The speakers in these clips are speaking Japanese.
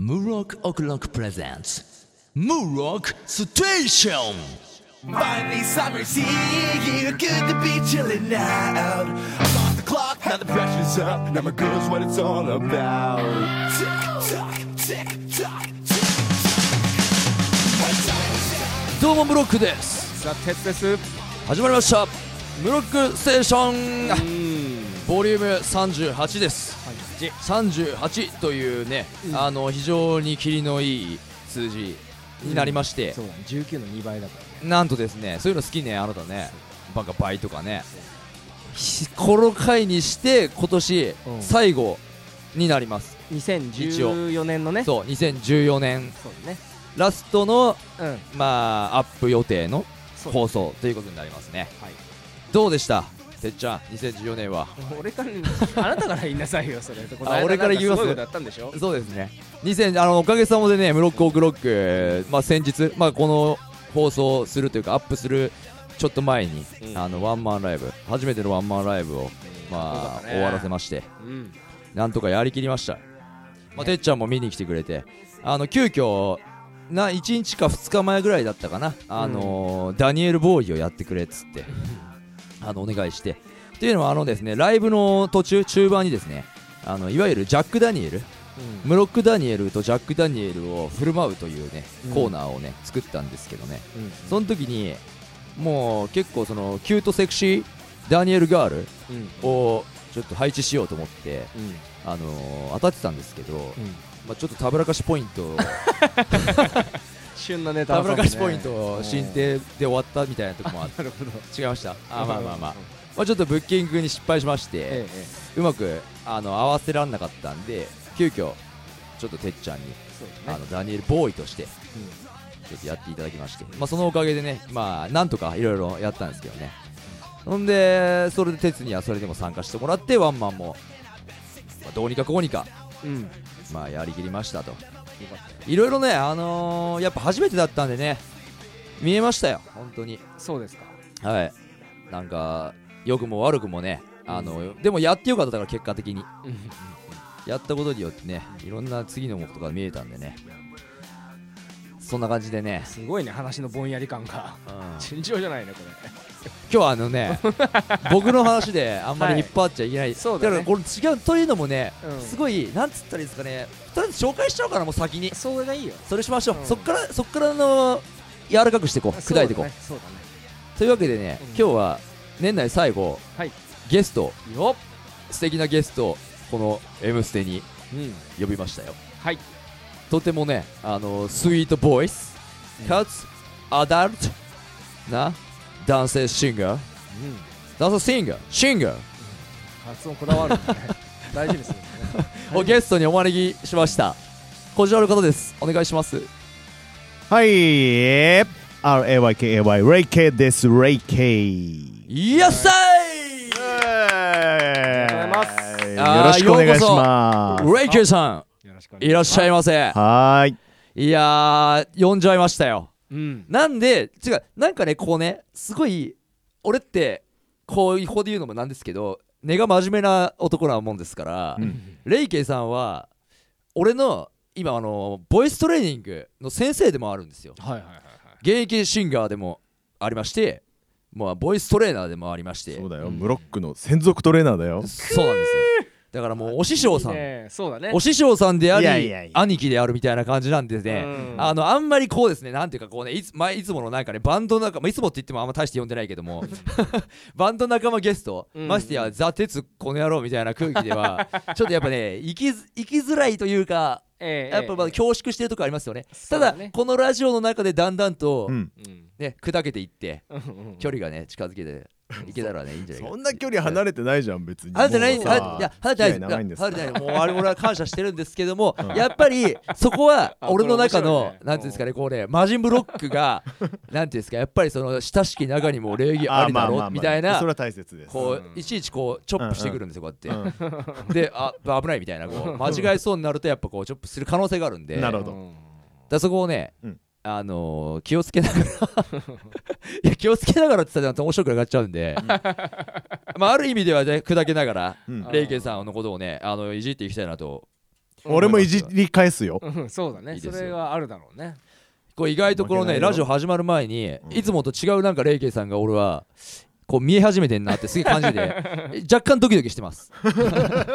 Murok O'Clock presents Murok Station! Finally, summer's here. Good to be chilling out. I'm off the clock, now the pressure's up. Now my girl's what it's all about. Tick tock, tick tock, tick tock. どうもムロックですザ・鉄です始まりましたムロックステーションあボリューム38です38というね、あの非常に霧のいい数字になりまして、そうだね19の2倍だからねなんとですねそういうの好きねあなたねバカ倍とかねひこの回にして今年うん最後になります、 2014年のねそう2014年そうだねラストのうんまあアップ予定のそう放送ということになりますねはいどうでしたてっちゃん2014年は俺からあなたから言いなさいよそれこのあ間俺から言いますなんかすごいことやったんでしょそうですね2000あのおかげさまでねムロックオクロック、まあ、先日、まあ、この放送するというかアップするちょっと前に、うんあのワンマンライブ初めてのワンマンライブを、まあ、終わらせまましてうんなんとかやりきりました、まあ、てっちゃんも見に来てくれてあの急遽な1日か2日前ぐらいだったかな、あのーダニエル・ボーイをやってくれっつってあのお願いしてっていうのはあのですねライブの途中中盤にですねあのいわゆるジャック・ダニエルムロック・ダニエルとジャック・ダニエルを振る舞うというねうんコーナーをね作ったんですけどねうんその時にもう結構そのキュートセクシーダニエルガールうんをちょっと配置しようと思ってうんあのー当たってたんですけど、うんまあ、ちょっとたぶらかしポイント を旬のネタたをぶらかしポイントを進呈で終わったみたいなとこもあってなるほど違いましたあまあまあまあうん、まあ、ちょっとブッキングに失敗しまして、ええええうまくあの合わせられなかったんで急遽ちょっとてっちゃんに、そうあだねのダニエル・ボーイとしてちょっとやっていただきまして、まあ、そのおかげでね、まあ、なんとかいろいろやったんですけどねほんでそれで鉄にはそれでも参加してもらってワンマンも、まあ、どうにかこうにか、うんうんよまあ、やりきりましたとかったいろいろね、あのーやっぱ初めてだったんでね、見えましたよ、本当に。そうですかはい。なんか、良くも悪くもね、あの、でもやってよかったから、結果的に。うんやったことによってね、いろんな次のことが見えたんでね。そんな感じでね、すごいね話のぼんやり感が今尋常じゃないねこ日はあの ね、僕の話であんまり引っ張っちゃいけない。そうだねからこれ違う、というのもね、うんすごい、なんつったらいいですかね、とりあえず紹介しちゃおうかな、もう先にれ。それがいいよそれしましょう。うんそっから、そっからの、柔らかくしていこう。砕いていこう。そうだねというわけでね、うん今日は年内最後、はいゲストそうだねよっ素敵なゲストをこの「M ステ」にうん呼びましたよはいとてもねあのスイートボイスうんかつアダルトな男性シンガーうん男性シンガーシンガー発音こだわるんだね大事ですよねをゲストにお招きしましたこちらの方ですお願いしますはい、RAYKAY、レイケイです、レイケイ。イエッサイありがとうございますよろしくお願いします。レイケイさよろしくおんいらっしゃいませはーい。いやー呼んじゃいましたようんなんで違うなんかねこうねすごい俺ってこう違法で言うのもなんですけど根が真面目な男なもんですから、うんレイケイさんは俺の今あのボイストレーニングの先生でもあるんですよはいはいはいはい現役シンガーでもありましてまあボイストレーナーでもありましてそうだよ、うんムロックの専属トレーナーだよ。そうなんですよだからもうお師匠さいいんねそうだねお師匠さんでありいやいやいや兄貴であるみたいな感じなんですね、うんあのあんまりこうですね、なんていうかこうね、いつ,、まあ、いつものなんかね、バンド仲間、いつもって言ってもあんま大して呼んでないけど も、バンド仲間ゲスト、うんましてや、ザ・鉄この野郎みたいな空気で は、ちょっとやっぱね、生きづ生きづらいというか、ええやっぱまだ恐縮してるとこありますよね。そたうだ、だねこのラジオの中でだんだんと、うん。うんね、砕けていって、うんうん距離がね、近づけていけたらね、いいんじゃないかそんな距離離れてないじゃん、別に。離れてない、もうさ離れいや、離れて付き合いな長いいんで。ですす離かれてない。もう我々は感謝してるんですけど もん、やっぱりそこはあ俺の中これ面白のいね、なんていうんですかね、こうね、魔人ブロック が、なんていうんですか、やっぱりその親しき中にも礼儀ありだろみたいなそれ。は大切です。こううんいちいちこうチョップしてくるんですよ、こううやっんて。で、あ危ないみたいな、こう間違えそうになると、やっぱこうチョップする可能性があるんで、なるだかほどうんらそこをねうん、あのー気をつけ ながらいや、気をつけながらって言ったら面白くなくなっちゃうんで、 まあある意味ではね、砕けながらうあんーレイケンさんのことをねあのいじっていきたいなと俺もいじり返すようんそうだねいいですそよれはあるだろうねこれ意外とこの負けないねよラジオ始まる前に、んいつもと違うなんかレイケイさんが俺はこう見え始めてんなってすげえ感じ で若干ドキドキしてます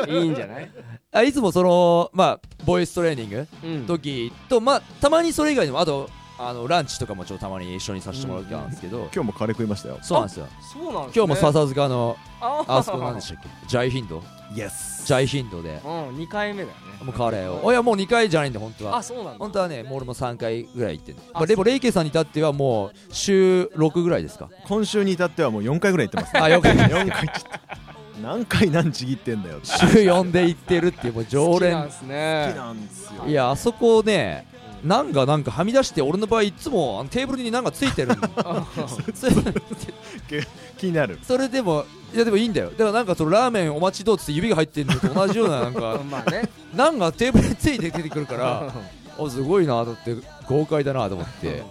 いいんじ ゃない、あいつもそのまあボイストレーニングうん、時とまあたまにそれ以外でもあとあのランチとかもちょっとたまに一緒にさせてもらう時あるんですけど、今日もカレー食いましたよそうなんですよそうなんです、今ね、日も笹塚のあーあそこなんでしたっけジャイヒンドイエスジャイヒンドでうん2回目だよねもうカレーをいやもう2回じゃないんで本当はあそうなんだ本当はねもう俺も3回ぐらい行ってる、あまあ、でもレイケイさんに至ってはもう週6ぐらいですか今週に至ってはもう4回ぐらい行ってますあよく4回切った 何回何ちぎってんだよって週4で行ってるっていうもう常好きなん連すね好きなんですよいやあそこねなんかなんかはみ出して俺の場合いつもあのテーブルになんかついてるのそれ気になるそれでもいやでもいいんだよだからなんかそのラーメンお待ちどうっつって指が入ってるのと同じようななんうかんまあねなんかテーブルについて出てくるからおすごいなと思って豪快だなと思って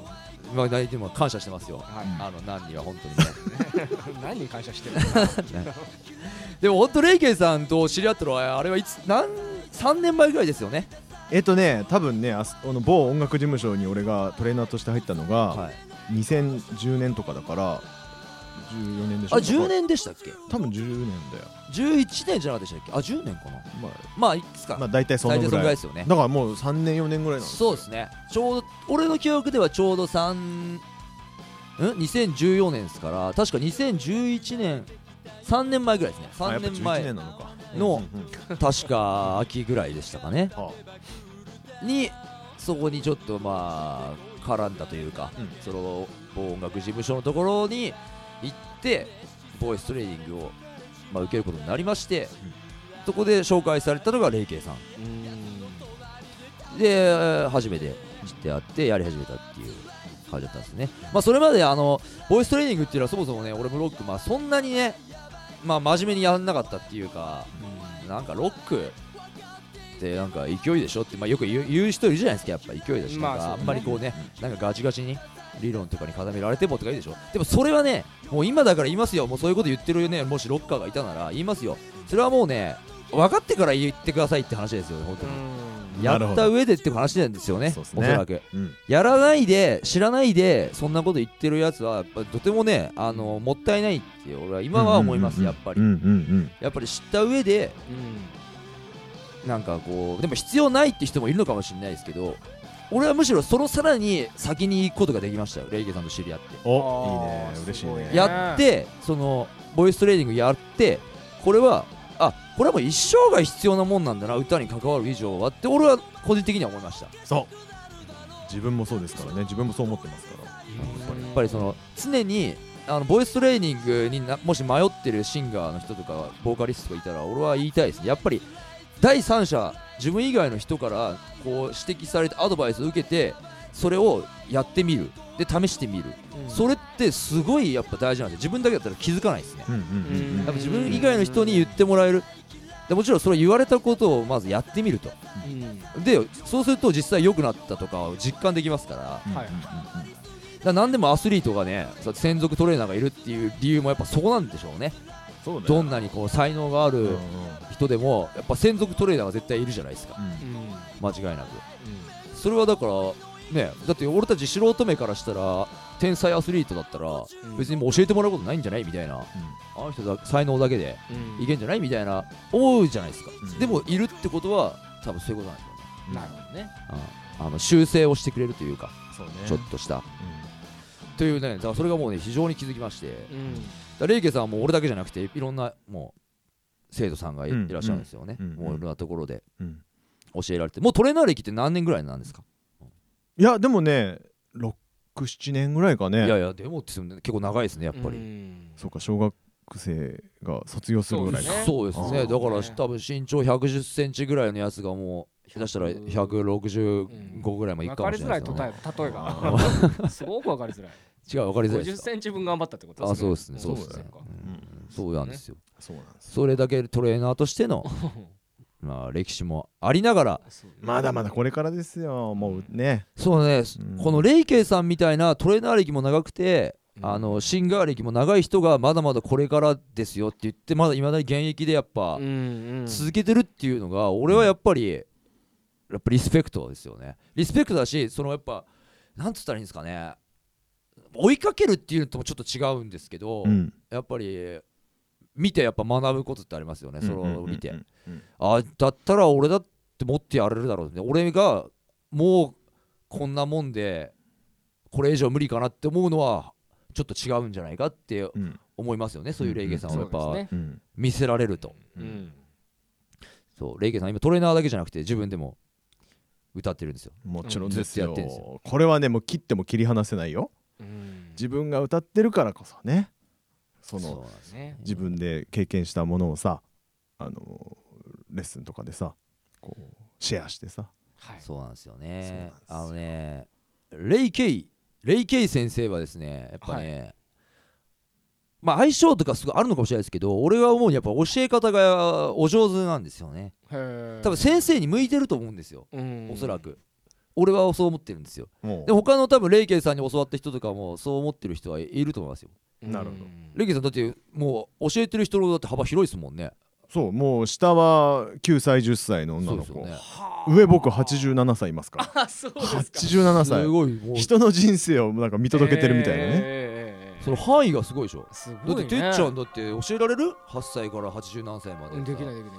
まあ大体も感謝してますよはあの何には本当にね い、何に感謝してるでも本当レイケイさんと知り合ったのはあれはいつ何3年前ぐらいですよねえっとね多分ねあすあの某音楽事務所に俺がトレーナーとして入ったのがはい2010年とかだから14年でしあょ10年でしたっけ多分10年だよ11年じゃなかったでしたっけあ10年かなままあいくつか、あ、まあ、大体その大体ぐそのぐららいいですよねだからもう3年4年ぐらいなんですそうですねちょうど俺の記憶ではちょうど3ん2014年ですから確か2011年3年前ぐらいですねあ3やっぱ年前11年なのかのうんうんうん確か秋ぐらいでしたかねはにそこにちょっとまあ絡んだというか、うんその某音楽事務所のところに行ってボイストレーニングを、まあ、受けることになりまして、そこで紹介されたのがレイケイさんで初めて知ってあってやり始めたっていう感じだったんですね、まあ、それまであのボイストレーニングっていうのはそもそもね俺もロック、まあ、そんなにね、まあ、真面目にやんなかったっていうか、なんかロックってなんか勢いでしょって、まあ、よく言う言う人いるじゃないですかやっぱ勢いでしょ、まなあんかそうあねんまりこうねなんかガチガチに理論とかに固められてもとか言うでしょでもそれはねもう今だから言いますよもうそういうこと言ってるねもしロッカーがいたなら言いますよそれはもうね分かってから言ってくださいって話ですよ本当に。うんやなるっほたど上でって話なんですよねそうっすおねそらくいうんやらないで知らないでそんなこと言ってるやつはやっぱとてもねあのもったいないって俺は今は思います、うんうんやうんっぱり、うんうんうんやっぱり知った上でなんかこうでも必要ないって人もいるのかもしれないですけど俺はむしろそのさらに先に行くことができましたよレイケさんと知り合って、おいいあねー嬉しいすごいねねやってそのボイストレーニングやってこれはあこれはもう一生が必要なもんなんだな歌に関わる以上はって俺は個人的には思いましたそう自分もそうですからね自分もそう思ってますからやっぱりその常にあのボイストレーニングになもし迷ってるシンガーの人とかボーカリストがいたら俺は言いたいですねやっぱり第三者自分以外の人からこう指摘されてアドバイスを受けてそれをやってみるで試してみる、それってすごいやっぱ大事なんで自分だけだったら気づかないですねうんうんうんうんやっぱ自分以外の人に言ってもらえるでもちろんそれ言われたことをまずやってみるとでそうすると実際良くなったとかを実感できますからはいだから何でもアスリートがねそう専属トレーナーがいるっていう理由もやっぱそこなんでしょうねそうねどんなにこう才能があうんうるん人でもやっぱ専属トレーナーが絶対いるじゃないですかうん間違いなくそれはだからねだって俺たち素人目からしたら天才アスリートだったら別にもう教えてもらうことないんじゃないみたいなあの人だ才能だけでいけんじゃないみたいな思うじゃないですかうんでもいるってことは多分そういうことなんでしょうんなるほどねうねああの修正をしてくれるというかそうねちょっとしたというねだからそれがもうね非常に気づきましてだからレイケさんはもう俺だけじゃなくていろんなもう生徒さんがい,、うんらっしゃるんですよね、うんうんもういろんなところでうんうん教えられてもうトレーナー歴って何年ぐらいなんですか、いやでもね67年ぐらいかいやねいやでもって言っても結構長いですねやっぱり、そうか小学生が卒業するぐらいそうですねそうですねあだーから多分身長1 1 0ンチぐらいのやつがもう下手したら165ぐらいまでいくか分かもりしれづならいいでとすよたねえ例えあ が すごく分かりづらい違う分かりづらい5で0すかセンチ分頑張ったってことあそうですねそうそうでですすねね、うんうんそうなんですよそうなんですそれだけトレーナーとして のまあ歴史もありながらまだまだこれからですよもうねそうね、うんこのレイケイさんみたいなトレーナー歴も長くて、うんあのシンガー歴も長い人がまだまだこれからですよって言ってまだいまだに現役でやっぱうんうん続けてるっていうのが俺はやっぱりやっぱリスペクトですよねリスペクトだしそのやっぱなんつったらいいんですかね追いかけるっていうのともちょっと違うんですけど、うんやっぱり見てやっぱ学ぶことってありますよねそれを見てうんうんうんあだったら俺だってもっとやれるだろうね俺がもうこんなもんでこれ以上無理かなって思うのはちょっと違うんじゃないかってうん思いますよねそういうレイゲさんはやっそうでぱすねうん見せられるとううんんそうレイゲさん今トレーナーだけじゃなくて自分でも歌ってるんですよもちろんですずっよとやってんですよこれはねもう切っても切り離せないようん自分が歌ってるからこそねそのそうなんですね自分で経験したものをさあのレッスンとかでさこうシェアしてさはいそうなんですよねそうあなのねレイケイレイケイ先生はですねやっぱね、まあ相性とかすごいあるのかもしれないですけど俺が思うにやっぱ教え方がお上手なんですよねへー多分先生に向いてると思うんですよ、うんおそらく俺はそう思ってるんですよもで他の多分レイケイさんに教わった人とかもそう思ってる人はいると思いますよなるほどうんレイケイさんだってもう教えてる人のだって幅広いですもんねそうもう下は9歳10歳の女のそうで子、すよね上僕87歳いますからあそうですか87す歳ごいもう人の人生をなんか見届けてるみたいなね、えーその範囲がすごいでしょすだっごていねてっちゃんだって教えられる ?8 歳から80何歳までうんできないさできないできない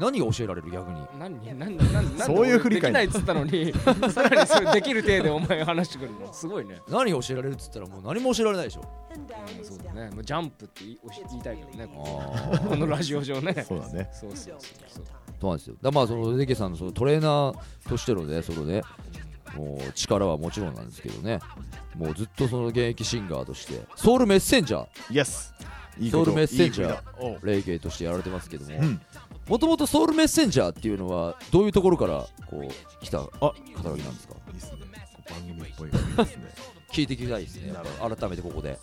何が教えられる逆に何何何何そういう振り返できりないっつったのに さらにそれできる体でお前話してくるのすごいね、何が教えられるっつったらもう何も教えられないでしょうん、そうだねもうジャンプって言いおし言いたいけどねこああこのラジオ上ねそうだねそうそうそうそ うそうなんですよだからまあそのレケさんのそのトレーナーとしてのねそのねもう力はもちろんなんですけどねもうずっとその現役シンガーとしてソウルメッセンジャーイエスいいソこウとルメッセンジャーいい国だおうレイケイとしてやられてますけどもうんもともとソウルメッセンジャーっていうのはどういうところからこう来たあ肩書きなんですかいいっすね番組っぽい感じですね聞いていきたいですねやっぱ改めてここで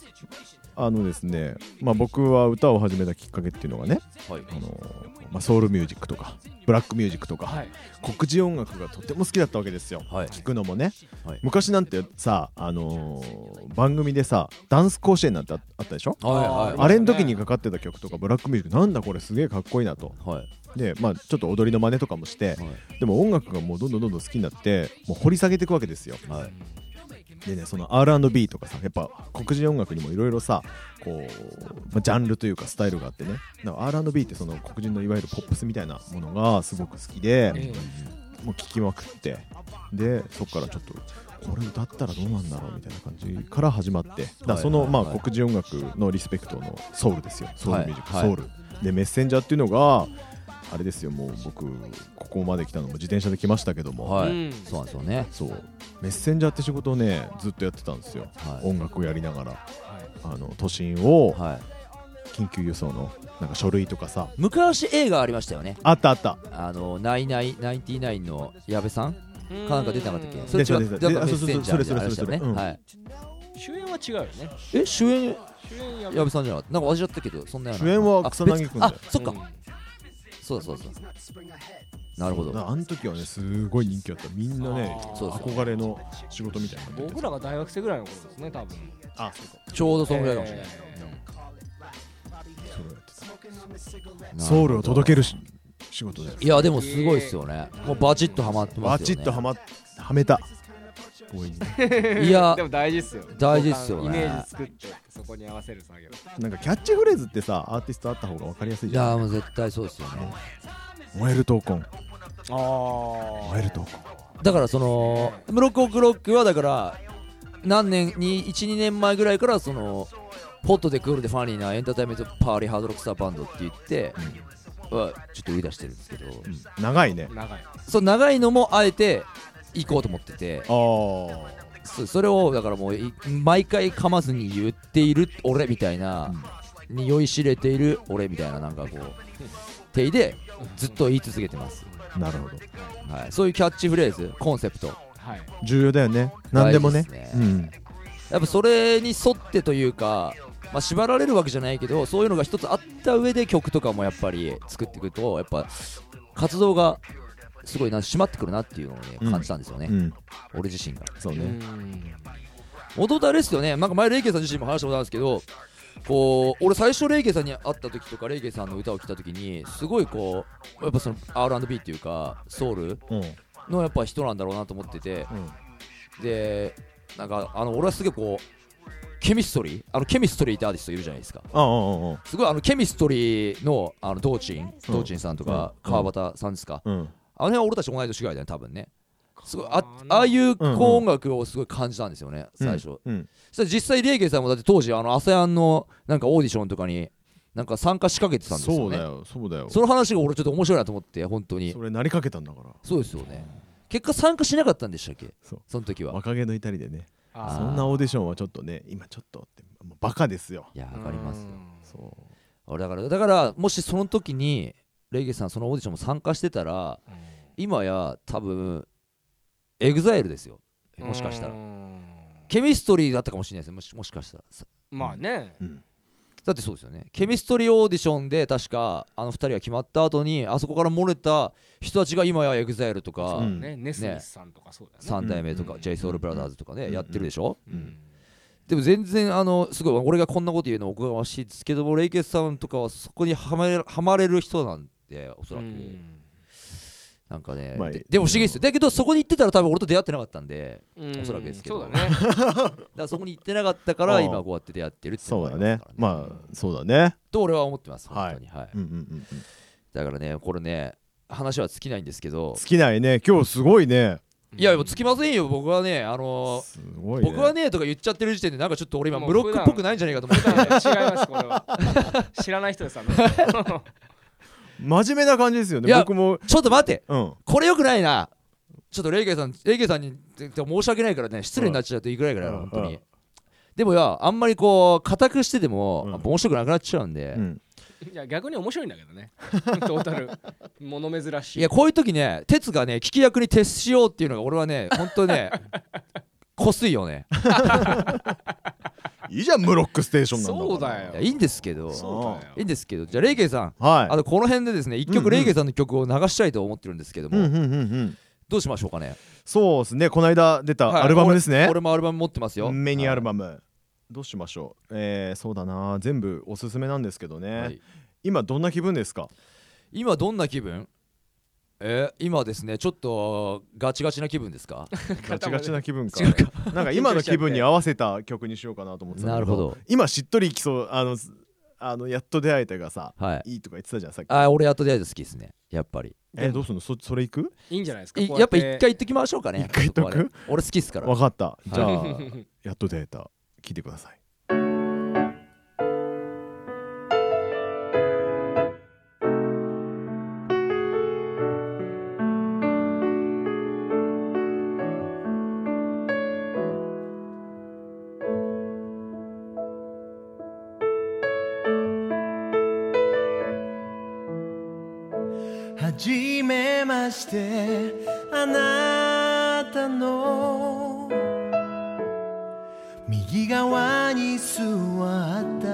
あのですねまあ僕は歌を始めたきっかけっていうのがねはいあのまあ、ソウルミュージックとかブラックミュージックとか、はい黒人音楽がとても好きだったわけですよ、はい聞くのもね、はい昔なんてさ、あのー番組でさダンス甲子園なんてああったでしょはいはいあれの時にかかってた曲とかブラックミュージックなんだこれすげえかっこいいなとはいでまあちょっと踊りの真似とかもしてでも音楽がもうどんどんどんどん好きになってもう掘り下げていくわけですよはいはいでねその R&B とかさやっぱ黒人音楽にもいろいろさこう、まあジャンルというかスタイルがあってねだから R&B ってその黒人のいわゆるポップスみたいなものがすごく好きで、えもう聴きまくってでそこからちょっとこれ歌ったらどうなんだろうみたいな感じから始まってだからその、はいはいはいまあ、黒人音楽のリスペクトのソウルですよソウルミュージック、はいはいソウルでメッセンジャーっていうのがあれですよもう僕ここまで来たのも自転車で来ましたけども、はい、うんそうなんですよねそうメッセンジャーって仕事をねずっとやってたんですよ、はい音楽をやりながらはいあの都心をはい緊急輸送のなんか書類とかさ昔映画ありましたよねあったあったあのナイナイナインティナインの矢部さんうかなんか出てなかったっけ出てた違うな出てたんかメでッあそうそうセンジャーみたいなそれそれ話だよねそれそれうんはい主演は違うよねえ主演主演や矢部さんじゃなかったなんか忘れちゃったけどそんなような主演は草薙あ別君だよあそっか、うんそうだそうだそうだなるほだかどらあの時はねすごい人気あったみんなねあーそうですよ憧れの仕事みたいな僕らが大学生ぐらいの頃ですね多分あそうかちょうどそのぐらいかもしれない、えーうんそれをやってたソウルを届けるるし仕事ですいやでもすごいっすよねもうバチッとハマってますよねバチッとはまはめた強引にいや でも大事っすよ大事っすよねイメージ作ってそこに合わせる作業なんかキャッチフレーズってさアーティストあった方が分かりやすいいじゃやんもう絶対そうですよね燃える闘魂あ燃える闘魂だからそのムロコクロックはだから何年に12年前ぐらいからそのホットでクールでファニーなエンターテインメントパーリーハードロックスターバンドって言って、はちょっと売り出してるんですけど、うん長いね長いそう長いのもあえて行こうと思っててああそそれをだからもうい毎回噛まずに言っている俺みたいな、匂い知れている俺みたいななんかこう手でずっと言い続けてます、なるほどはい、そういうキャッチフレーズコンセプトはい重要だよね何でも大ね事ですうねんやっぱそれに沿ってというか、まあ、縛られるわけじゃないけどそういうのが一つあった上で曲とかもやっぱり作っていくとやっぱ活動がすごいな締まってくるなっていうのをねうん感じたんですよね、うん俺自身がそううねんもともとあれですよねなんか前レイケイさん自身も話したことあるんですけどこう俺最初レイケイさんに会った時とかレイケイさんの歌を聴いた時にすごいこうやっぱその R&B っていうかソウルうんのやっぱ人なんだろうなと思っててうんでなんかあの俺はすげえこうケミストリーあのケミストリーってアーティストいるじゃないですかあああああすごいあのケミストリーのあの道珍道珍さんとかうん川端さんですか、あうんあの辺は俺たち同い年ぐらいだよね多分ねすごいあああいううこうんうんう音楽をすごい感じたんですよね最初、うんそしたら実際レイゲイさんもだって当時あのアセアンのなんかオーディションとかになんか参加しかけてたんですそようだねよそうだよその話が俺ちょっと面白いなと思って本当にそれなりかけたんだからそうですよね結果参加しなかったんでしたっけそうその時は若気の至りでねあーそんなオーディションはちょっとね今ちょっとってもうバカですよいやわかりますよそ俺だからだからもしその時にレイゲイさんそのオーディションも参加してたら今や多分エグザイルですよもしかしたらケミストリーだったかもしれないですねもしもしかしたらさまあねううんだってそうですよねケミストリーオーディションで確かあの2人が決まった後にあそこから漏れた人たちが今やエグザイルとか、うんねネスミスさんとかそうだね三代目とか、うん j s o u l b r o t h e r とかね、やってるでしょうんでも全然あのすごい俺がこんなこと言うのおこがましいですけどもレイケスさんとかはそこにはまれはまれる人なんでおそらく、なんかね、まあででも不思議ですよだけどそこに行ってたら多分俺と出会ってなかったんでうんおそらくですけどそうだねだからそこに行ってなかったからああ今こうやって出会ってるっていのそうがだりますねからまあそうだねと俺は思ってますはい本当に、はいうんうんうんうんだからねこれね話は尽きないんですけど尽きないね今日すごいね いやいやもう尽きませんよ僕はねあのすごいね僕はねとか言っちゃってる時点でなんかちょっと俺今もうブロックっぽくないんじゃないかと思っ普て段違 いますこれ は知らない人ですあ の真面目な感じですよいねや僕もちょっと待ってうんこれよくないなちょっとレイケイさんレイケイさんにでで申し訳ないからね失礼になっちゃうといくらいからうん本当うにでもいやあんまりこう固くしててうんも面白くなくなっちゃうんでうんいや逆に面白いんだけど ねトータルもの珍しいいやこういう時ね哲がね聞き役に徹しようっていうのが俺はね本当 ねこすいよねいいじゃんムロックステーションなんだからそうだよいやいいんですけどそうだよいいんですけどじゃあレイケイさんあはのこの辺でですね一うんう曲んレイケイさんの曲を流したいと思ってるんですけどいうんうもんうんうんどうしましょうかねそうですねこの間出はいたアルバムですね俺俺もアルバム持ってますよミニアルババムどうしましょうえーそうだな全部おすすめなんですけどねい今どんな気分です か今どんな気分えー今ですねちょっとガチガチな気分ですかガチガチな気分か違うなんか今の気分に合わせた曲にしようかなと思ってたんだけなるほど今しっとりいきそうあのすあのやっと出会えたがさはいいいとか言ってたじゃんさっきあー俺やっと出会いで好きですねやっぱりえどうすんのそそれいくいいんじゃないですかいこうやっぱて一回言っときましょうかね一回言っとくそこはね俺好きっすからわかったじゃあはいやっと出会えた聞いてくださいはじめましてあなたの右側に座った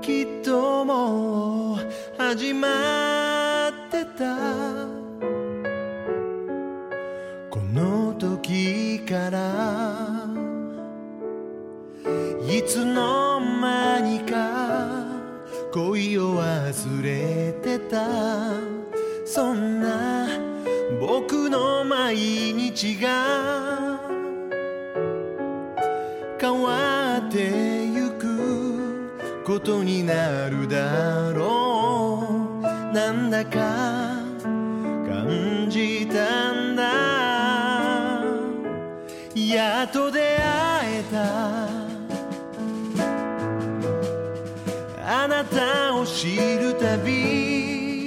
きっともう始まってたこの時からいつの間にか恋を忘れてたそんな僕の毎日が変わってゆくことになるだろうなんだか感じたんだやっと出会えたあなたを知るたび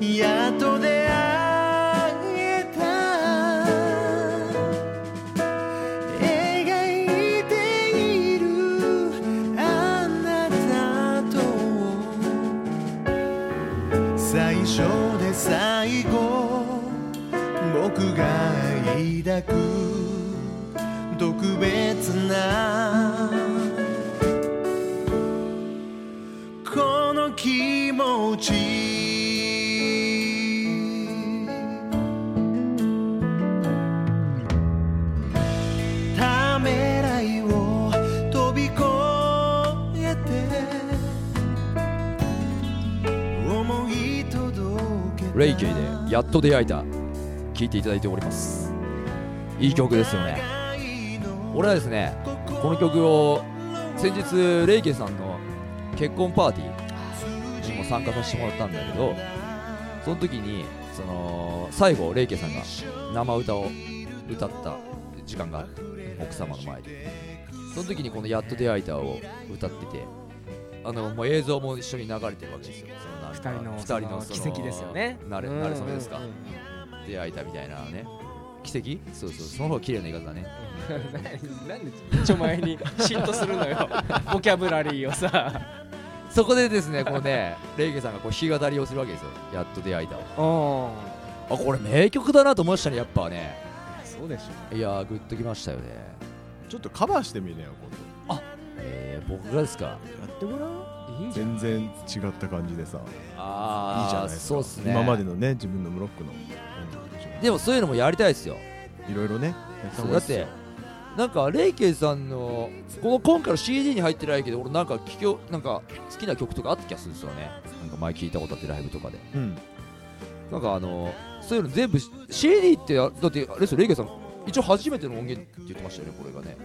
やっと出会えた描いているあなたと最初で最後僕が抱く特別なこの気持ちためらいを飛び越えてレイケイでやっと出会えた聴いていただいておりますいい曲ですよね俺はですねこの曲を先日レイケイさんの結婚パーティーにも参加させてもらったんだけどその時にその最後レイケイさんが生歌を歌った時間があって奥様の前でその時にこの「やっと出会えた」を歌っててあのもう映像も一緒に流れてるわけですよその二人の二人のその奇跡ですよねなれうんなれそめですか うんうん出会えたみたいなね奇跡そうそうその方が綺麗な言い方だねうんなんで一丁前に嫉妬する のよボキャブラリーをさそこでですねこう ねレイケさんがこう弾き語りをするわけですよやっと出会えたあうんこれ名曲だなと思いましたねやっぱねそうでしいやーグッときましたよねちょっとカバーしてみなよえー、僕がですか今度やってごらんょいいんじゃん全然違った感じでさいいあーじゃないですかそうっすね今までのね自分のブロックの音楽でしょでもそういうのもやりたいですよいろいろねやたそ方うがだいいっすよてなんかレイケイさんのこの今回の CD に入ってないけど俺なんか聞きよなんか好きな曲とかあった気がするんですよねなんか前聞いたことあってライブとかでうんなんかあのそういうの全部 CD ってあだってあれですよレイケイさん一応初めての音源って言ってましたよねこれがね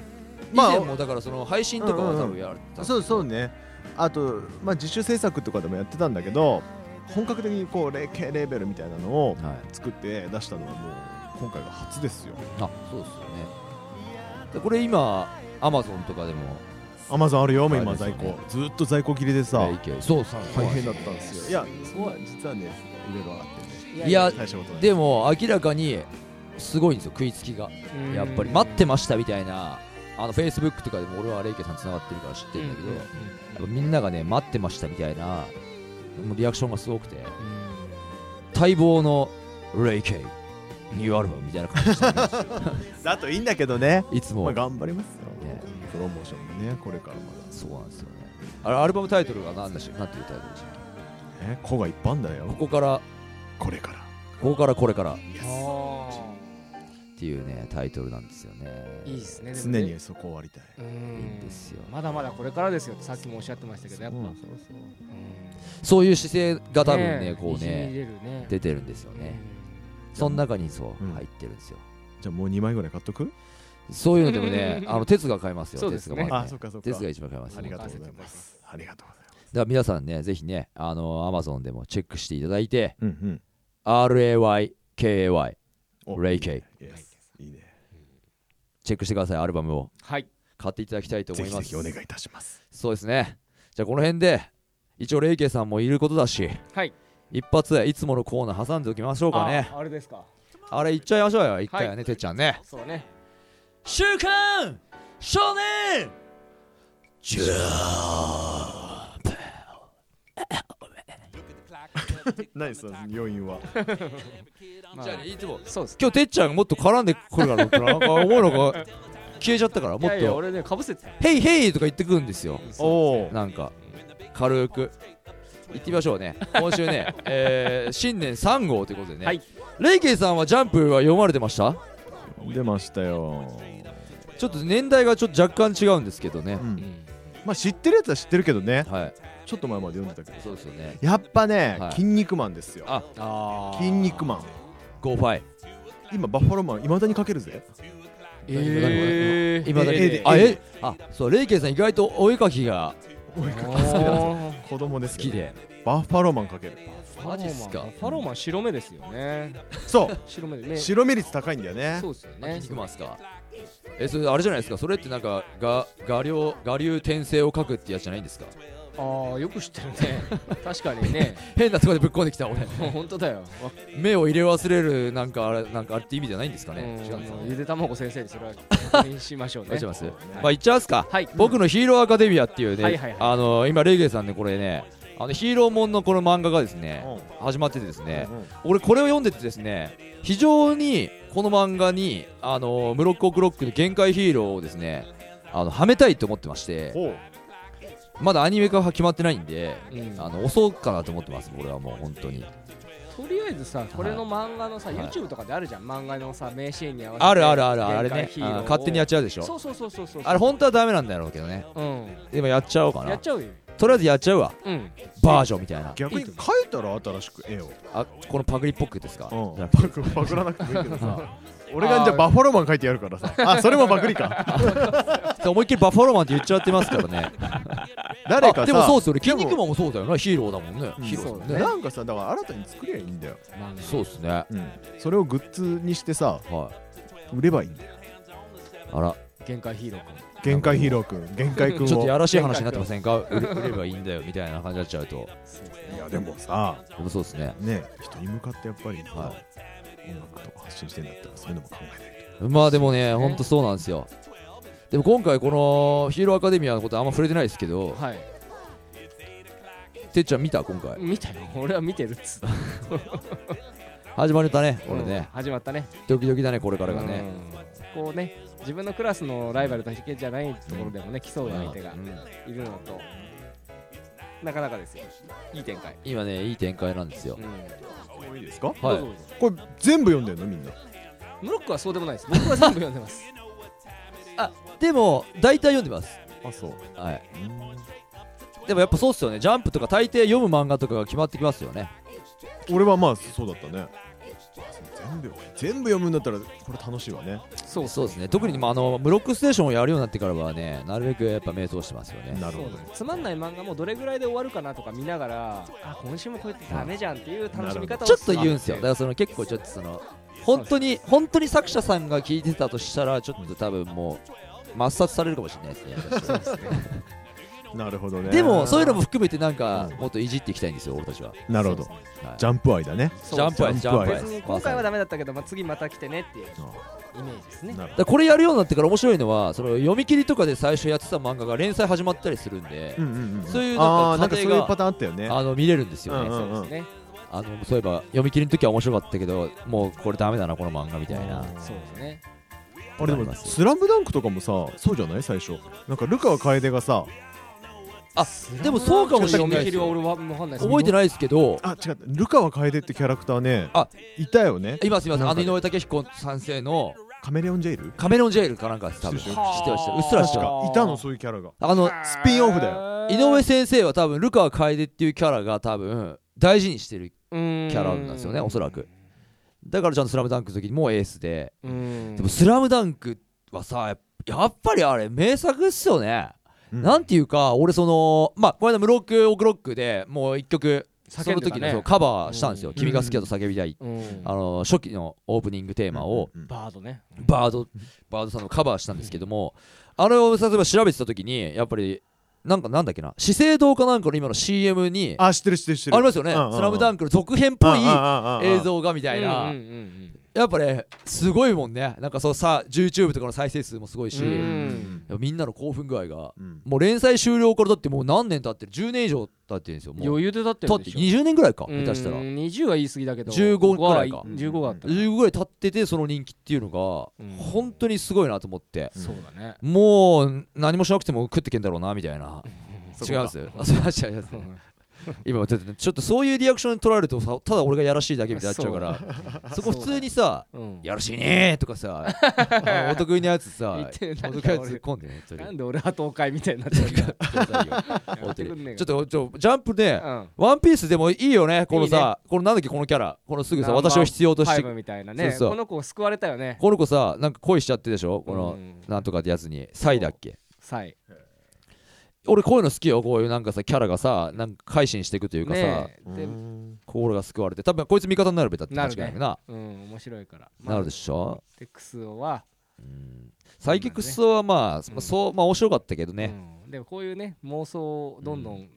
まあ以前もだからその配信とかは多うんうん分うんやられてたそうそうねあと、まあ、自主制作とかでもやってたんだけど本格的にこうレレーベルみたいなのをはい作って出したのはもう今回が初ですよあそうですよねでこれ今アマゾンとかでもアマゾンあるよもう今あれ在です庫、よねずっと在庫切れでさレイケイそうそう大変だったんですよいやそうは実はねいろいろあっいやて大したことないでも明らかにすごいんですよ食いつきがうんやっぱり待ってましたみたいなあのフェイスブックとかでも俺はレイケさんつながってるから知ってるんだけど、うんやっぱみんながね待ってましたみたいなもうリアクションがすごくて待望のレイケニューアルバムみたいな感じしてるんですよだといいんだけどね、いつも、まあ、頑張りますよ、ねプロモーションもねこれからまだそうなんですよねあれアルバムタイトルが何だしなんていうタイトルでしたっけえ子がいっぱいあんだよここからこれからここからこれからっうんあていうねタイトルなんですよねーいいですねでも常ねにそこをありたいうんいいんですよまだまだこれからですよってさっきもおっしゃってましたけどやっぱ、うんそういう姿勢が多分ねこうねにじみ出るね出てるんですよねその中にそううん入ってるんですよじゃあもう2枚ぐらい買っとくそういうのでもねあの鉄が買えますよそうです鉄ねがまだあねそっかそっか鉄が一番買えますよありがだかとうございますありがとうございますら皆さんねぜひねあの Amazon でもチェックしていただいてうんうん RAYKAY おレイケイイエスいいねチェックしてくださいアルバムをはい買っていただきたいと思いますいいたしますそうですねじゃあこの辺で一応レイケイさんもいることだしはい一発いつものコーナー挟んでおきましょうかねああれですかあれいっちゃいましょうよ一回はねてっちゃんねそうね週刊少年ジャンプ何その要因はまあじゃあいつもそうです今日てっちゃんがもっと絡んでくるからとなんか思うのが消えちゃったからもいっやいやと俺ねかぶせてた「ヘイヘイ」とか言ってくるんですよおおなんか軽く行ってみましょうね今週 ね、えー新年3号ということでね、はいレイケイさんは「ジャンプ」は読まれてました出ましたよ、ちょっと年代がちょっと若干違うんですけどねう、んまあ知ってるやつは知ってるけどねはいちょっと前まで読んでたけどそうですよねやっぱね、はい筋肉マンですよああ筋肉マンゴーファイ今バッファローマンいまだにかけるぜえー今だけえあええあそうレイケイさん意外とお絵描きがおい好子供です好けきどでバッファローマンかける マジっすかファローマン白目ですよねそ白目でうね白目率高いんだよねそうですよね筋肉マンっすかえそれあれじゃないですかそれってなんかが画量画流転生を描くってやつじゃないんですかああよく知ってるね確か にね変なとこでぶっ込んできた俺もう本当だよわ目を入れ忘れるなんかあれなんかあれって意味じゃないんですかね違うんですかもうねゆで卵先生 にそれは確認しましょうどうねします、まあ、いっちゃいますか、はい僕のヒーローアカデミアっていうね、はいはいはいあの今レイゲイさんねこれねあのヒーローもんのこの漫画がですね、う始まっててですね、うんうん俺これを読んでてですね非常にこの漫画にあのムロッコクロックの限界ヒーローをですねあのはめたいと思ってましてほうまだアニメ化は決まってないんで、うんあの押そうかなと思ってます俺はもう本当にとりあえずさこれの漫画のさ、はい YouTube とかであるじゃん漫画のさ名シーンに合わせてあるあるあるあるあれ限ね界ヒーローをあ勝手にやっちゃうでしそょうそうそうそうそうあれ本当はダメなんだろうけどねうんでもやっちゃおうかやなっちゃうよとりあえずやっちゃうわうんバージョンみたいな逆に変えたら新しく絵を、あこのパグリっぽくですか、じゃあパクパクらなくてもいいけどさ俺がじゃあバファローマン書いてやるからさあそれもパクリか思いっきりバッファローマンって言っちゃってますから ね誰かさあでもそうですよね筋肉マンもそうだよねヒーローだもんね、うんヒーローですもんねなんかさだから新たに作りゃいいんだよ、まあねそうですねはうん、それをグッズにしてさい売ればいいんだよあら限界ヒーローかも限界ヒーローくん限界くんをちょっとやらしい話になってませんか売れ売ればいいんだよみたいな感じになっちゃうといやでもさでもそうですねね人に向かってやっぱり、は音楽とか発信してんだったらそういうのも考えないまあでもねそうですねほんとそうなんですよでも今回このヒーローアカデミアのことあんま触れてないですけどはいてっちゃん見た今回見たよ 俺は見てるっつった始まった ねこれうんね始まったねドキドキだねこれからがねうんこうね自分のクラスのライバルだけじゃないところでもね競う相手がうんいるのとなかなかですよいい展開今ねいい展開なんですようんといいですかはどういぞどうぞこれ全部読んでんのみんなムロックはそうでもないですムロックは全部読んでますでも大体読んでますあそうはいうんでもやっぱそうっすよねジャンプとか大抵読む漫画とかが決まってきますよね俺はまあそうだったね全部全部読むんだったらこれ楽しいわねそそうですね特にまああのブロックステーションをやるようになってからはねなるべくやっぱ瞑想してますよねなるそうほでどすつまんない漫画もどれぐらいで終わるかなとか見ながらあ今週もこうやってダメじゃんっていう楽しみ方をちょっと言うんですよだかだらその結構ちょっとその本当に本当に作者さんが聞いてたとしたらちょっと多分もう抹殺されるかもしれないですね私はなるほどねでもそういうのも含めてなんかうんもっといじっていきたいんですよ俺たちは、なるほどはいジャンプ愛だねジャンプはジャンプは別に今回はダメだったけど、まあ、次また来てねっていうイメージですねなるだからこれやるようになってから面白いのはその読み切りとかで最初やってた漫画が連載始まったりするんで、うんうんうんそういうあなーんなんかか家そう庭いがうパターンあったよねあの見れるんですよね、うんそうですねあのそういえば読み切りの時は面白かったけどもうこれダメだなこの漫画みたいな、そうですねあれでありも「ますスラムダンクとかもさそうじゃない最初なんかルカワ楓がさでもそうかもしれない読みで切すりはよ俺はわかんないです覚えてないないですけどあ違うルカワ楓ってキャラクターねあいたよね今すいませんなあんかのね井上武彦先生のカメレオンジェイルカメロンジェイルかなんかです多分知知っっててるま知ってるしたうっすら知って確たかいたのそういうキャラがあのスピンオフだよ井上先生は多分ルカ楓っていうキャラが多分大事にしてるキキャラなんですよねおそらくだからちゃんと「スラムダンクの時にもエースで、うんでも「スラムダンクはさやっやっぱりあれ名作っすよね、うんなんていうか俺そのまあこの間「ムロック・オクロック」でもう一曲叫んでそたの時ねにそうカバーしたんですよ「うん君が好きだと叫びたい」うんあの初期のオープニングテーマを、うんうんバードねバードバードさんのカバーしたんですけどもあれを例えば調べてた時にやっぱりなんかなんだっけな資生堂かなんかの今の CM にああ知ってる知ってる知ってるりますよね「うんうんうんスラムダンクの続編っぽい映映像がみたいな、うんうんうんやっぱねすごいもんねなんかそうさ YouTube とかの再生数もすごいし、うんみんなの興奮具合がうんもう連載終了からだってもう何年経ってる10年以上経ってるんですようんもう余裕でだって経るってでしょ20年ぐらいかうん下手したら20は言い過ぎだけど15くらいか15があった15ぐらい経っててその人気っていうのがうん本当にすごいなと思ってうんそうだねもう何もしなくても食ってけんだろうなみたいな違そいこかますあそう違います今ちょっとちょっとそういうリアクション取られるとさただ俺がやらしいだけみたいになっちゃうからそこ普通にさうん「やらしいね」とか さあお得意なやつ言さっお得て意なないやつ突っ込んでねちょっなんで俺は東海みたいになっちゃうんだよと 本当やめてくんねえにかちょっとちょジャンプねうんワンピースでもいいよねこのさこのなんだっけこのキャラこのすぐさナンバー私を必要としファてイブみたいなねそうそうこの子を救われたよねこの子さなんか恋しちゃってでしょこうのんなんとかってやつにサイだっけサイ俺こういうの好きよこういうなんかさキャラがさなんか改心していくというかさねえうでん心が救われて多分こいつ味方になるべだってな間るね違いななうん面白いからまあなるでしょでクスオはサイキックストはまあうんまあそうまあ面白かったけどねうんでもこういうね妄想をどんどん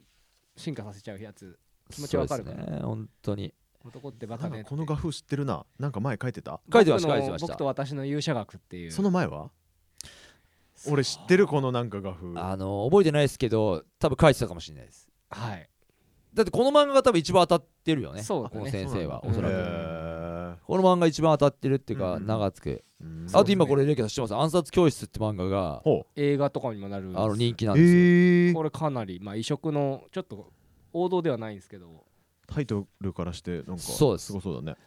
進化させちゃうやつ気持ちそうわでかするからね本当に男ってバなカんねかこの画風知ってるななんか前書いてた書いてました僕書のいてました僕と私の勇者学っていうその前は俺知ってるこのなんか画風あの覚えてないですけど多分書いてたかもしれないですはいだってこの漫画が多分一番当たってるよねそうだねこの先生はおそうなそんだらへくーこの漫画一番当たってるっていうかうん長くうんあと今これレイケさん知ってます暗殺教室って漫画がほ映画とかにもなるあの人気なんうですよええこれかなりまあ異色のちょっと王道ではないんですけどタイトルからしてなんかそうですすごそうだね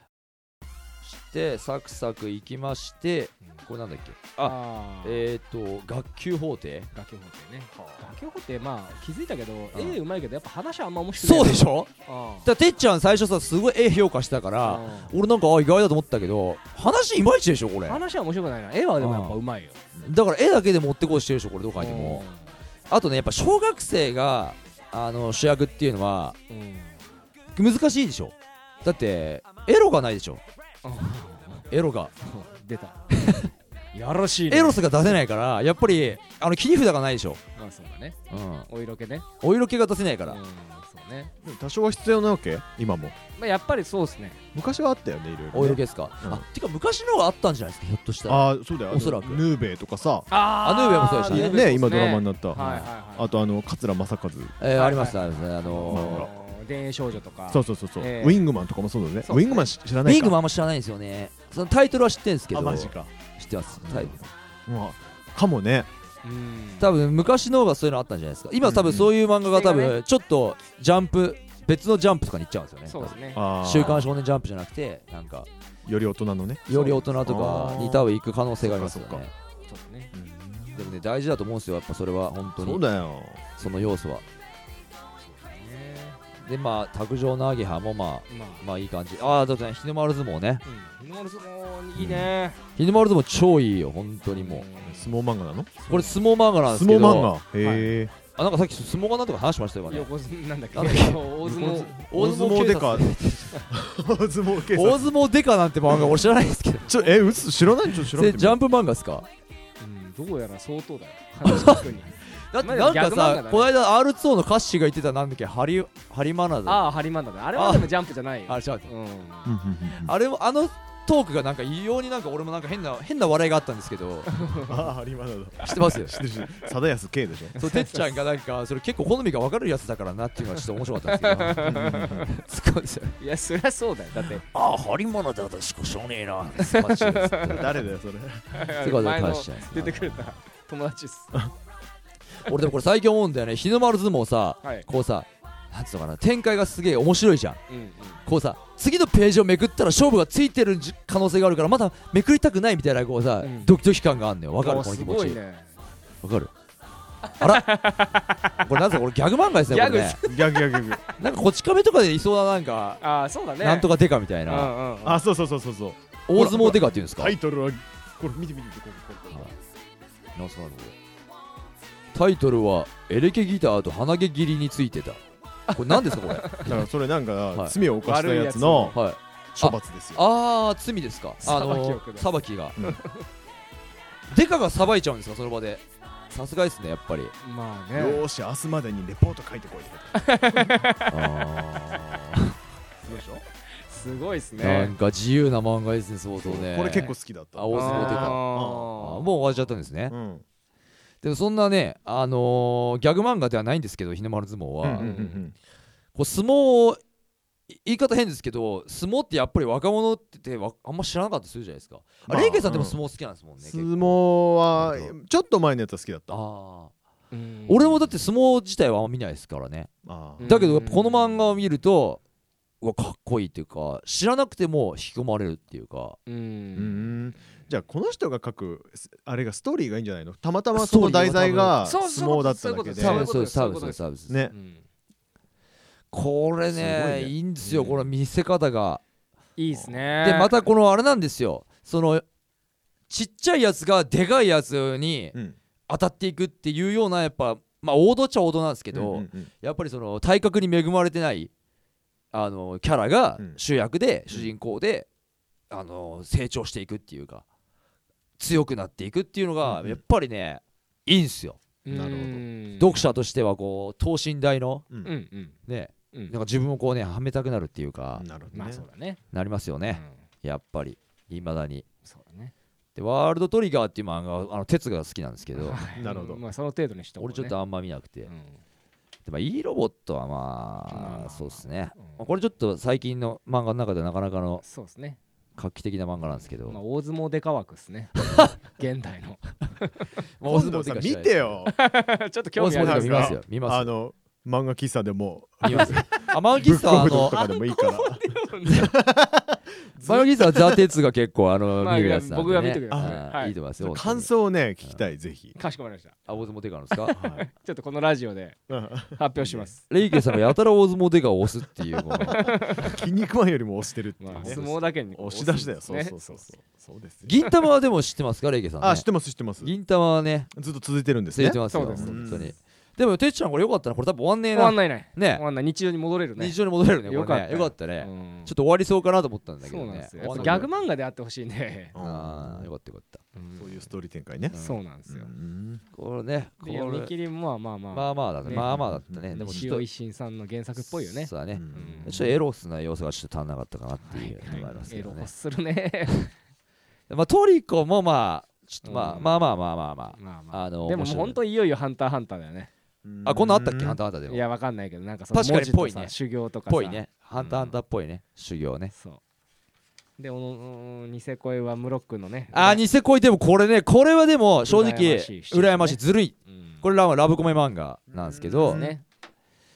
してサクサクいきましてこれなんだっけああーえっ、ー、と学級法廷楽曲法廷ね楽曲法廷まあ気づいたけど絵うまいけどやっぱ話はあんま面白くなそうでいしょあだからてっちゃん最初さすごい絵評価したからあ俺なんかあ意外だと思ったけど話いまいちでしょこれ話は面白くないな絵はでもやっぱうまいよだから絵だけで持ってこうしてるでしょこれどこかにもあとねやっぱ小学生があの主役っていうのはうん うん難しいでしょだってエロがないでしょエロが出たやらしいねエロスが出せないからやっぱりあの切り札がないでしょ、まあそうだねうん、お色気ねお色気が出せないから、うんそうねでも多少は必要なわけ今もまあやっぱりそうですね昔はあったよねいろいろ、ね、お色気ですか、うんあてか昔の方があったんじゃないですかひょっとしたらああそうだよあのおそらくヌーベイとかさあーアヌーベもそうでしたね今ドラマになっなった、たはいはいはいあとあの桂正和えーはいありましたありましたあのあ電影少女とかそうそうそうそう、ええウィングマンとかもそうだよねそうウィングマンし知らーなウいィンかグもあんま知らないんですよねそのタイトルは知ってるんですけどあマジか知ってます、はい、もうかもねうん多分昔の方がそういうのあったんじゃないですか今多分そういう漫画が多うん分ちょっとジャンプ別のジャンプとかに行っちゃうんですよねそうですねあー週刊少年ジャンプじゃなくてなんかより大人のね、より大人とかに多分行く可能性がありますよそうかねちょっとねでもね大事だと思うんですよやっぱそれは本当そうにだよその要素はでまあ卓上のアゲハもまあまあまあいい感じああだってね日の丸相撲ねうん日の丸相撲いいね日の丸相撲超いいよ本当にも相撲漫画なのうこれ相撲漫画なんです相け撲ど漫画へえ、あなんかさっき相撲がなんとか話しましたよね横綱なんだっけなん大だっけ相撲大大相相撲撲警で察か 大相撲警大相察撲デカなんて漫画俺知らないですけど ちょえ嘘知らないちょっと調べでてみジャよンプ漫画ですかうんどうやら相当だよ話聞くにだってまあなんかギャグ漫画さだねこの間 R2 の歌詞が言ってたなんだっけハリハリマナだ ああハリマンダだねあれはでもジャンプじゃないよあれ違ううんううんうんうんうんあれもあのトークがなんか異様になんか俺もなんか変な変な笑いがあったんですけ ど ああリマナだ知ってますよ知ってる知ってる貞安圭でしょそうてっちゃんがなんかそれ結構好みが分かるやつだからなっていうのはちょっと面白かったんですけど突っ込んでたよいやそりゃそうだよだ ってああ張り物だとしかしょうねえなスパッチですって誰だよそれいうことで前の返しちゃいます出てくれた友達っす俺でもこれ最近思うんだよね日の丸相撲さはいこうさなんつうのかな展開がすげえ面白いじゃんうんうんこうさ次のページをめくったら勝負がついてるんじ可能性があるからまだめくりたくないみたいなこうさ、うんドキドキ感があんのよわかるおこのす気持ごちいわ、ねかるあらこれなぜこれギャグ漫画ですねこれギャねギャグギャグギャグなんかこち亀とかでいそうななんか、ああそうだねなんとかかデカみたいな、ああそうそうそうそうそう大相撲デカっていうんですか、タイトルはこれ見て見て見てこれこれこれなんすかこれタイトルは「エレケギターと鼻毛切りについてた」これ何ですかこれだからそれなんかい罪を犯したやつの はい処罰ですよああ罪ですかあの裁きを下す裁きがうんデカがさばいちゃうんですかその場でさすがですねやっぱりまあよねーし明日までにレポート書いてこいってことでしょすごいっすなねんか自由な漫画ですね相当ねこれ結構好きだったあ大相撲というかああーーもう終わっちゃったんですねうんでもそんなねあのーギャグ漫画ではないんですけど日の丸相撲は、うんうんこうんう相撲をい言い方変ですけど相撲ってやっぱり若者ってわあんま知らなかったりするじゃないですか、まあレイケンさんでも相撲好きなんですもんね、相結構撲はちょっと前のやつは好きだったああうん俺もだって相撲自体はあんま見ないですからねあうんだけどやっぱこの漫画を見るとうわかっこいいっていうか知らなくても引き込まれるっていうかうーうんんじゃあこの人が書くすあれがストーリーがいいんじゃないのたまたまその題材がスト相ーリーは多撲分だっただけそういうサこービスサービとですそういうこでとでスすサービスねうんこれねすごいねいいんですよ、うんこの見せ方がいいっすねでまたこのあれなんですよそのちっちゃいやつがでかいやつにうん当たっていくっていうようなやっぱまあ王道っちゃ王道なんですけど、うんうんやっぱりその体格に恵まれてないあのキャラがうん主役で、主人公であの成長していくっていうか強くなっていくっていうのがうんうんやっぱりね、いいんすよ、うんなるほど読者としてはこう等身大のうんうんうんねうんなんか自分をこうねはめたくなるっていうか、なるほどまあねそうだねなりますよね、うんやっぱりいまだにそうだねでワールドトリガーっていう漫画あの哲が好き なんですけ どはいなるほどまあその程度にしとこう俺ねちょっとあんま見なくて、うでんまあいいロボットはまあままああそうですね、うんまあこれちょっと最近の漫画の中ではなかなかのそうですね画期的な漫画なんですけど、まあ大相撲でかわくっ すね現代のまあ今度さ見てよ ちょっと大興味相あ撲とかるんで見すまがすよ見ますあよの漫画喫茶でも見ますよ あマヨギブッスクはオあフとのかでもいいからマヨギスはザ・テツが結構あのまあ見るやつなんで、ね、僕が見てくれるあはいいいと思いますよ本当に感想をね聞きたいぜひ かしこまりましたあ大相撲デカのですかちょっとこのラジオで発表しますレイケさんがやたら大相撲デカを押すっていうこの 筋肉マンよりも押してるっていまうあね相撲だけに押し出しだよそうねそうそうそうそうですよ銀玉はでも知ってますかレイケさん、ね、あ知ってます知ってます銀玉はねずっと続いてるんです知っねてますよそうです本当うにんでもてっちゃんこれよかったなこれ多分終わんねえ終なわんないねね終わんない日常に戻れるね日常に戻れるねこれねよかったよかったね、うんちょっと終わりそうかなと思ったんだけそどうなんでねすよやっぱ終ギわャんグなく漫画であってほしいねうあーよんかったよかったそういうストーリー展開ねそうなんですようんこれねこでれ読み切りもまあまあままああまあだねねまあまあだったねうんでもち西ょっ尾と維新さんの原作っぽいよねそうだねうんうんちょっとエロスな要素がちょっと足んなかったかなっていうのがありますけエどロね欲するね まあトリコもまあちょっとまあうんまあまあまあまあままあまああのあでももう本当いよいよハンターハンターだよねああこんなんあったっけハンタターハンターでもいやわかんないけどなんかその確かに文字とぽいさね修行とかさぽいねハンターハンターっぽいね修行ねそうでおのニセ恋はムロックのねあーニセ恋でもこれねこれはでも正羨直ましいシチュエーションね羨ましいずるいうんこれらはラブコメ漫画なんですけどね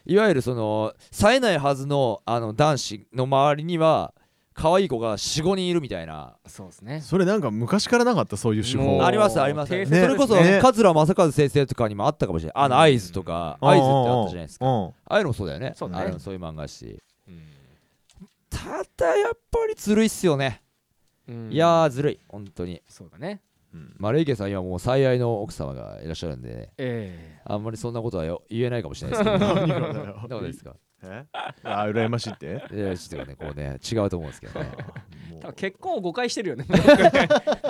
いわゆるその冴えないはずのあの男子の周りには可愛い子が45人いるみたいなそうですねそれなんか昔からなかったそういう手も法うありますあります、定そ説れこそ、ね桂正和先生とかにもあったかもしれないあのうん合図とか合図ってあったじゃないですかかああいうのもそうだよねそうだねあれもそういう漫画だしうんただやっぱりずるいっすよね、うんいやーずるい本当にそうだねまあレイケさん今もう最愛の奥様がいらっしゃるんで、ね、えあんまりそんなことはよ言えないかもしれない ですけど何がだよどうですかえあ羨ましいっていやちょっとねこうね違うと思うんですけど ねえもう多分結婚を誤解し てるよね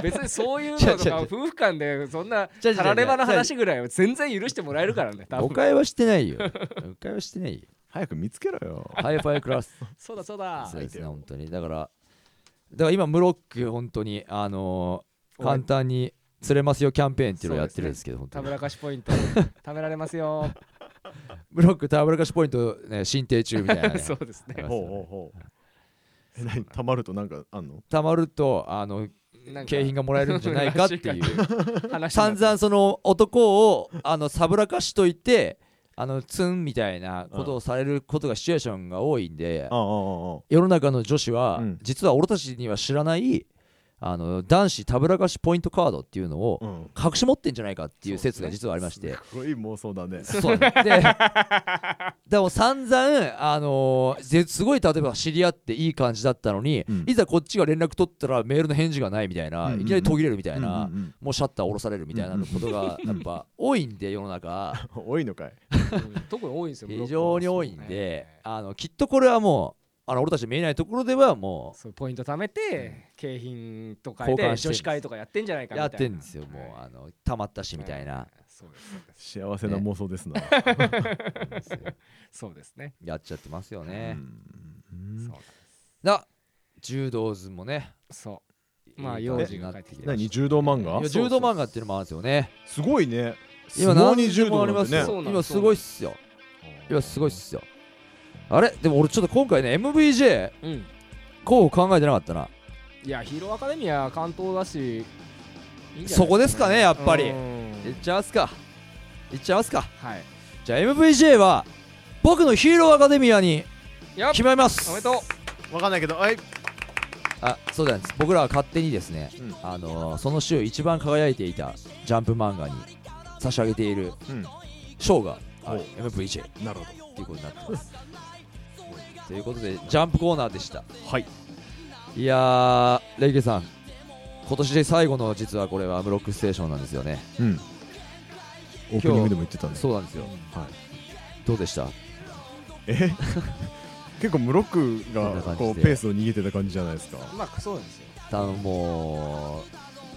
別にそういうの違う違うとか夫婦間でそんな違う違う違うたらればの話ぐらいは全然許してもらえ るからね多誤分解はしてないよ誤解はしてないよ早く見つけろよハイファイクラスそうだそうだそうですね、本当に。だから、だから今、ムロック、本当に、あのー俺簡単に釣れますよキャンペーンっていうのをやってるんですけど、本当たにめ。らかしポイ ントためられますよ。ムロック、ターブラカシポイント、ね、進呈中みたいな、ねそうですねほほううほほうほうえ何たまるとなんかあんのたまると、あの、なんか景品がもらえるんじゃないかっていう。話にな散った々、その男を、あの、サブラカしといて、あの、ツンみたいなことをされることが、シチュエーションが多いんで、あああ世の中の女子は、うん実は俺たちには知らない、あの、男子たぶらかしポイントカードっていうのを、ああう隠んし持ってんじゃないかっていう説が実はありましてすごい妄想だねそうなんですででも散々、あのーですごい例えば知り合っていい感じだったのに、うんいざこっちが連絡取ったらメールの返事がないみたいな、うんうんうんいきなり途切れるみたいな、うんうんうんもうシャッター下ろされるみたいなことがやっぱ多いんで世の中多いのかいうん特に多いんですよ非常に多いんブロッでクはあのきっとこれはもうあの俺たち見えないところではもそうポイント貯めて、景品とかで交換女してる子会とかやってんじゃないかうみたいやなってんですよもうはあのたまったしいみたいなは。そうですそうです幸せな妄想ですなそうですねやっちゃってますようね。んそうなんでだ柔道図もねすそうまあいい感幼じ児になが帰っってきてきててま何柔道漫い画やそうそ柔う道漫画っていうのもあるんですよね。すごいね今相撲何にで柔もあ道りなまんすよてそうねなん今すごいっすよ。今すごいっすすよ。あれでも俺ちょっと今回ね MVJ うん候補考えてなかったな。いやヒーローアカデミア関東だしいいんじゃなそいこですかねやっぱりうんいっちゃいますか。いっちゃいますか。はいじゃあ MVJ は僕のヒーローアカデミアにやっ決まります。おめでとうわかんないけどはいあそうなんです僕らは勝手にですね、うんあのーその週一番輝いていたジャンプ漫画に差し上げているうん賞が、はいお MVJ なるほっていうことになってます。 ということでジャンプコーナーでした。どはいいやー、レイケさん、今年で最後の実はこれはブロックステーションなんですよね。うんオープニングでも言ってたねそうなんですよ。はいどうでしたえ結構ムロックこんな感がじでこうペースを逃げてた感じじゃないですかまあそうなんですよあのも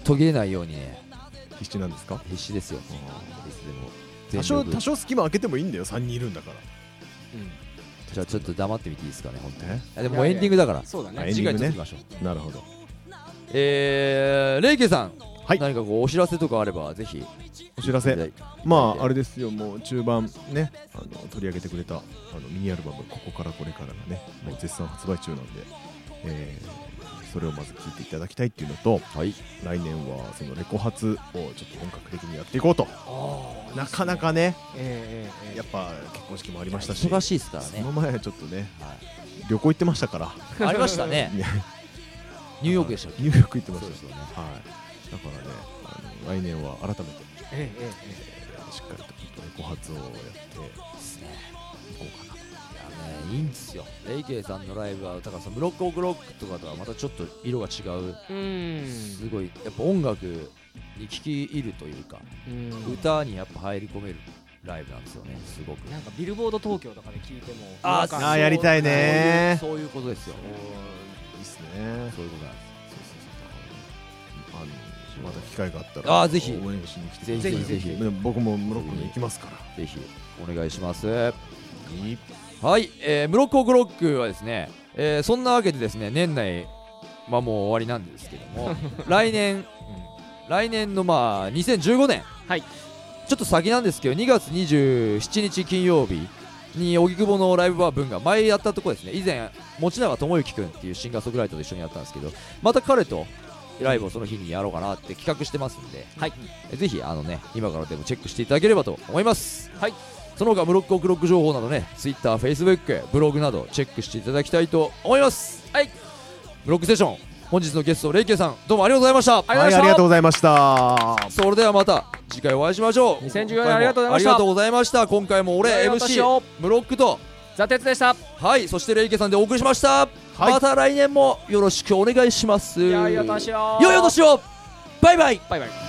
う、途切れないようにね、必死なんですか必死ですよ。い多つでも少全力多少隙間開けてもいいんだよ3人いるんだからじゃあちょっと黙ってみていいですかね、本当にえ。あでももうエンディングだから、そうだはねい次回エン撮デってィンきグましょう。なるほどえー、レイケさん、はい何かこうお知らせとかあれば、ぜひ。お知らせはいまああれですよもう中盤ねあの取り上げてくれたあのミニアルバム「ここからこれから」がねもう絶賛発売中なんで、えーそれをまず聞いていただきたいっていうのとはい来年はそのレコ発をちょっと本格的にやっていこうとなかなかねえええええやっぱ結婚式もありましたし忙しいですからそのね、前はちょっとねは旅行行ってましたから い、ありましたねいやニューヨークでしたっけニューヨーク行ってまそうしですたよねはいだからねあの来年は改めてええええしっかりとレコ発をやってですねいこうかなといやねいいんですよレイケイさんのライブはだからそのブロックオクロックとかとはまたちょっと色が違うええすごいやっぱ音楽に聴き入るというかうんうん歌にやっぱ入り込めるライブなんですよねすごくなんかビルボード東京とかで聞いてもあーなんかあーやりたいねそういうそういうことですよいいっすねそういうことなんですそうそうそうあのまた機会があったらあーぜひ応援しに来てぜひくださぜいひぜひでも僕もモロッコに行きますからぜひお願いしますいいはい、えー、ムロッコグロックはですね、えーそんなわけでですね年内まあもう終わりなんですけど も来年来年のまあ2015年はいちょっと先なんですけど2月27日金曜日に荻窪のライブバー文が前やったとこですね以前持永智之君っていうシンガーソングライターと一緒にやったんですけどまた彼とライブをその日にやろうかなって企画してますんで、はいえぜひあのね今からでもチェックしていただければと思いますはいその他ムロックオクロック情報などね TwitterFacebook ブログなどチェックしていただきたいと思いますはいブロックセッション本日のゲストレイケイさんどうもありがとうございましたありがとうございましたはいありがとうございましたそれではまた次回お会いしましょう2014年今回もありがとうございましたありがとうございました今回も俺良いお年を MC ムロックと座鉄でしたはいそしてレイケさんでお送りしました、はいまた来年もよろしくお願いします良いお年を良いお年をバイバイバイバイ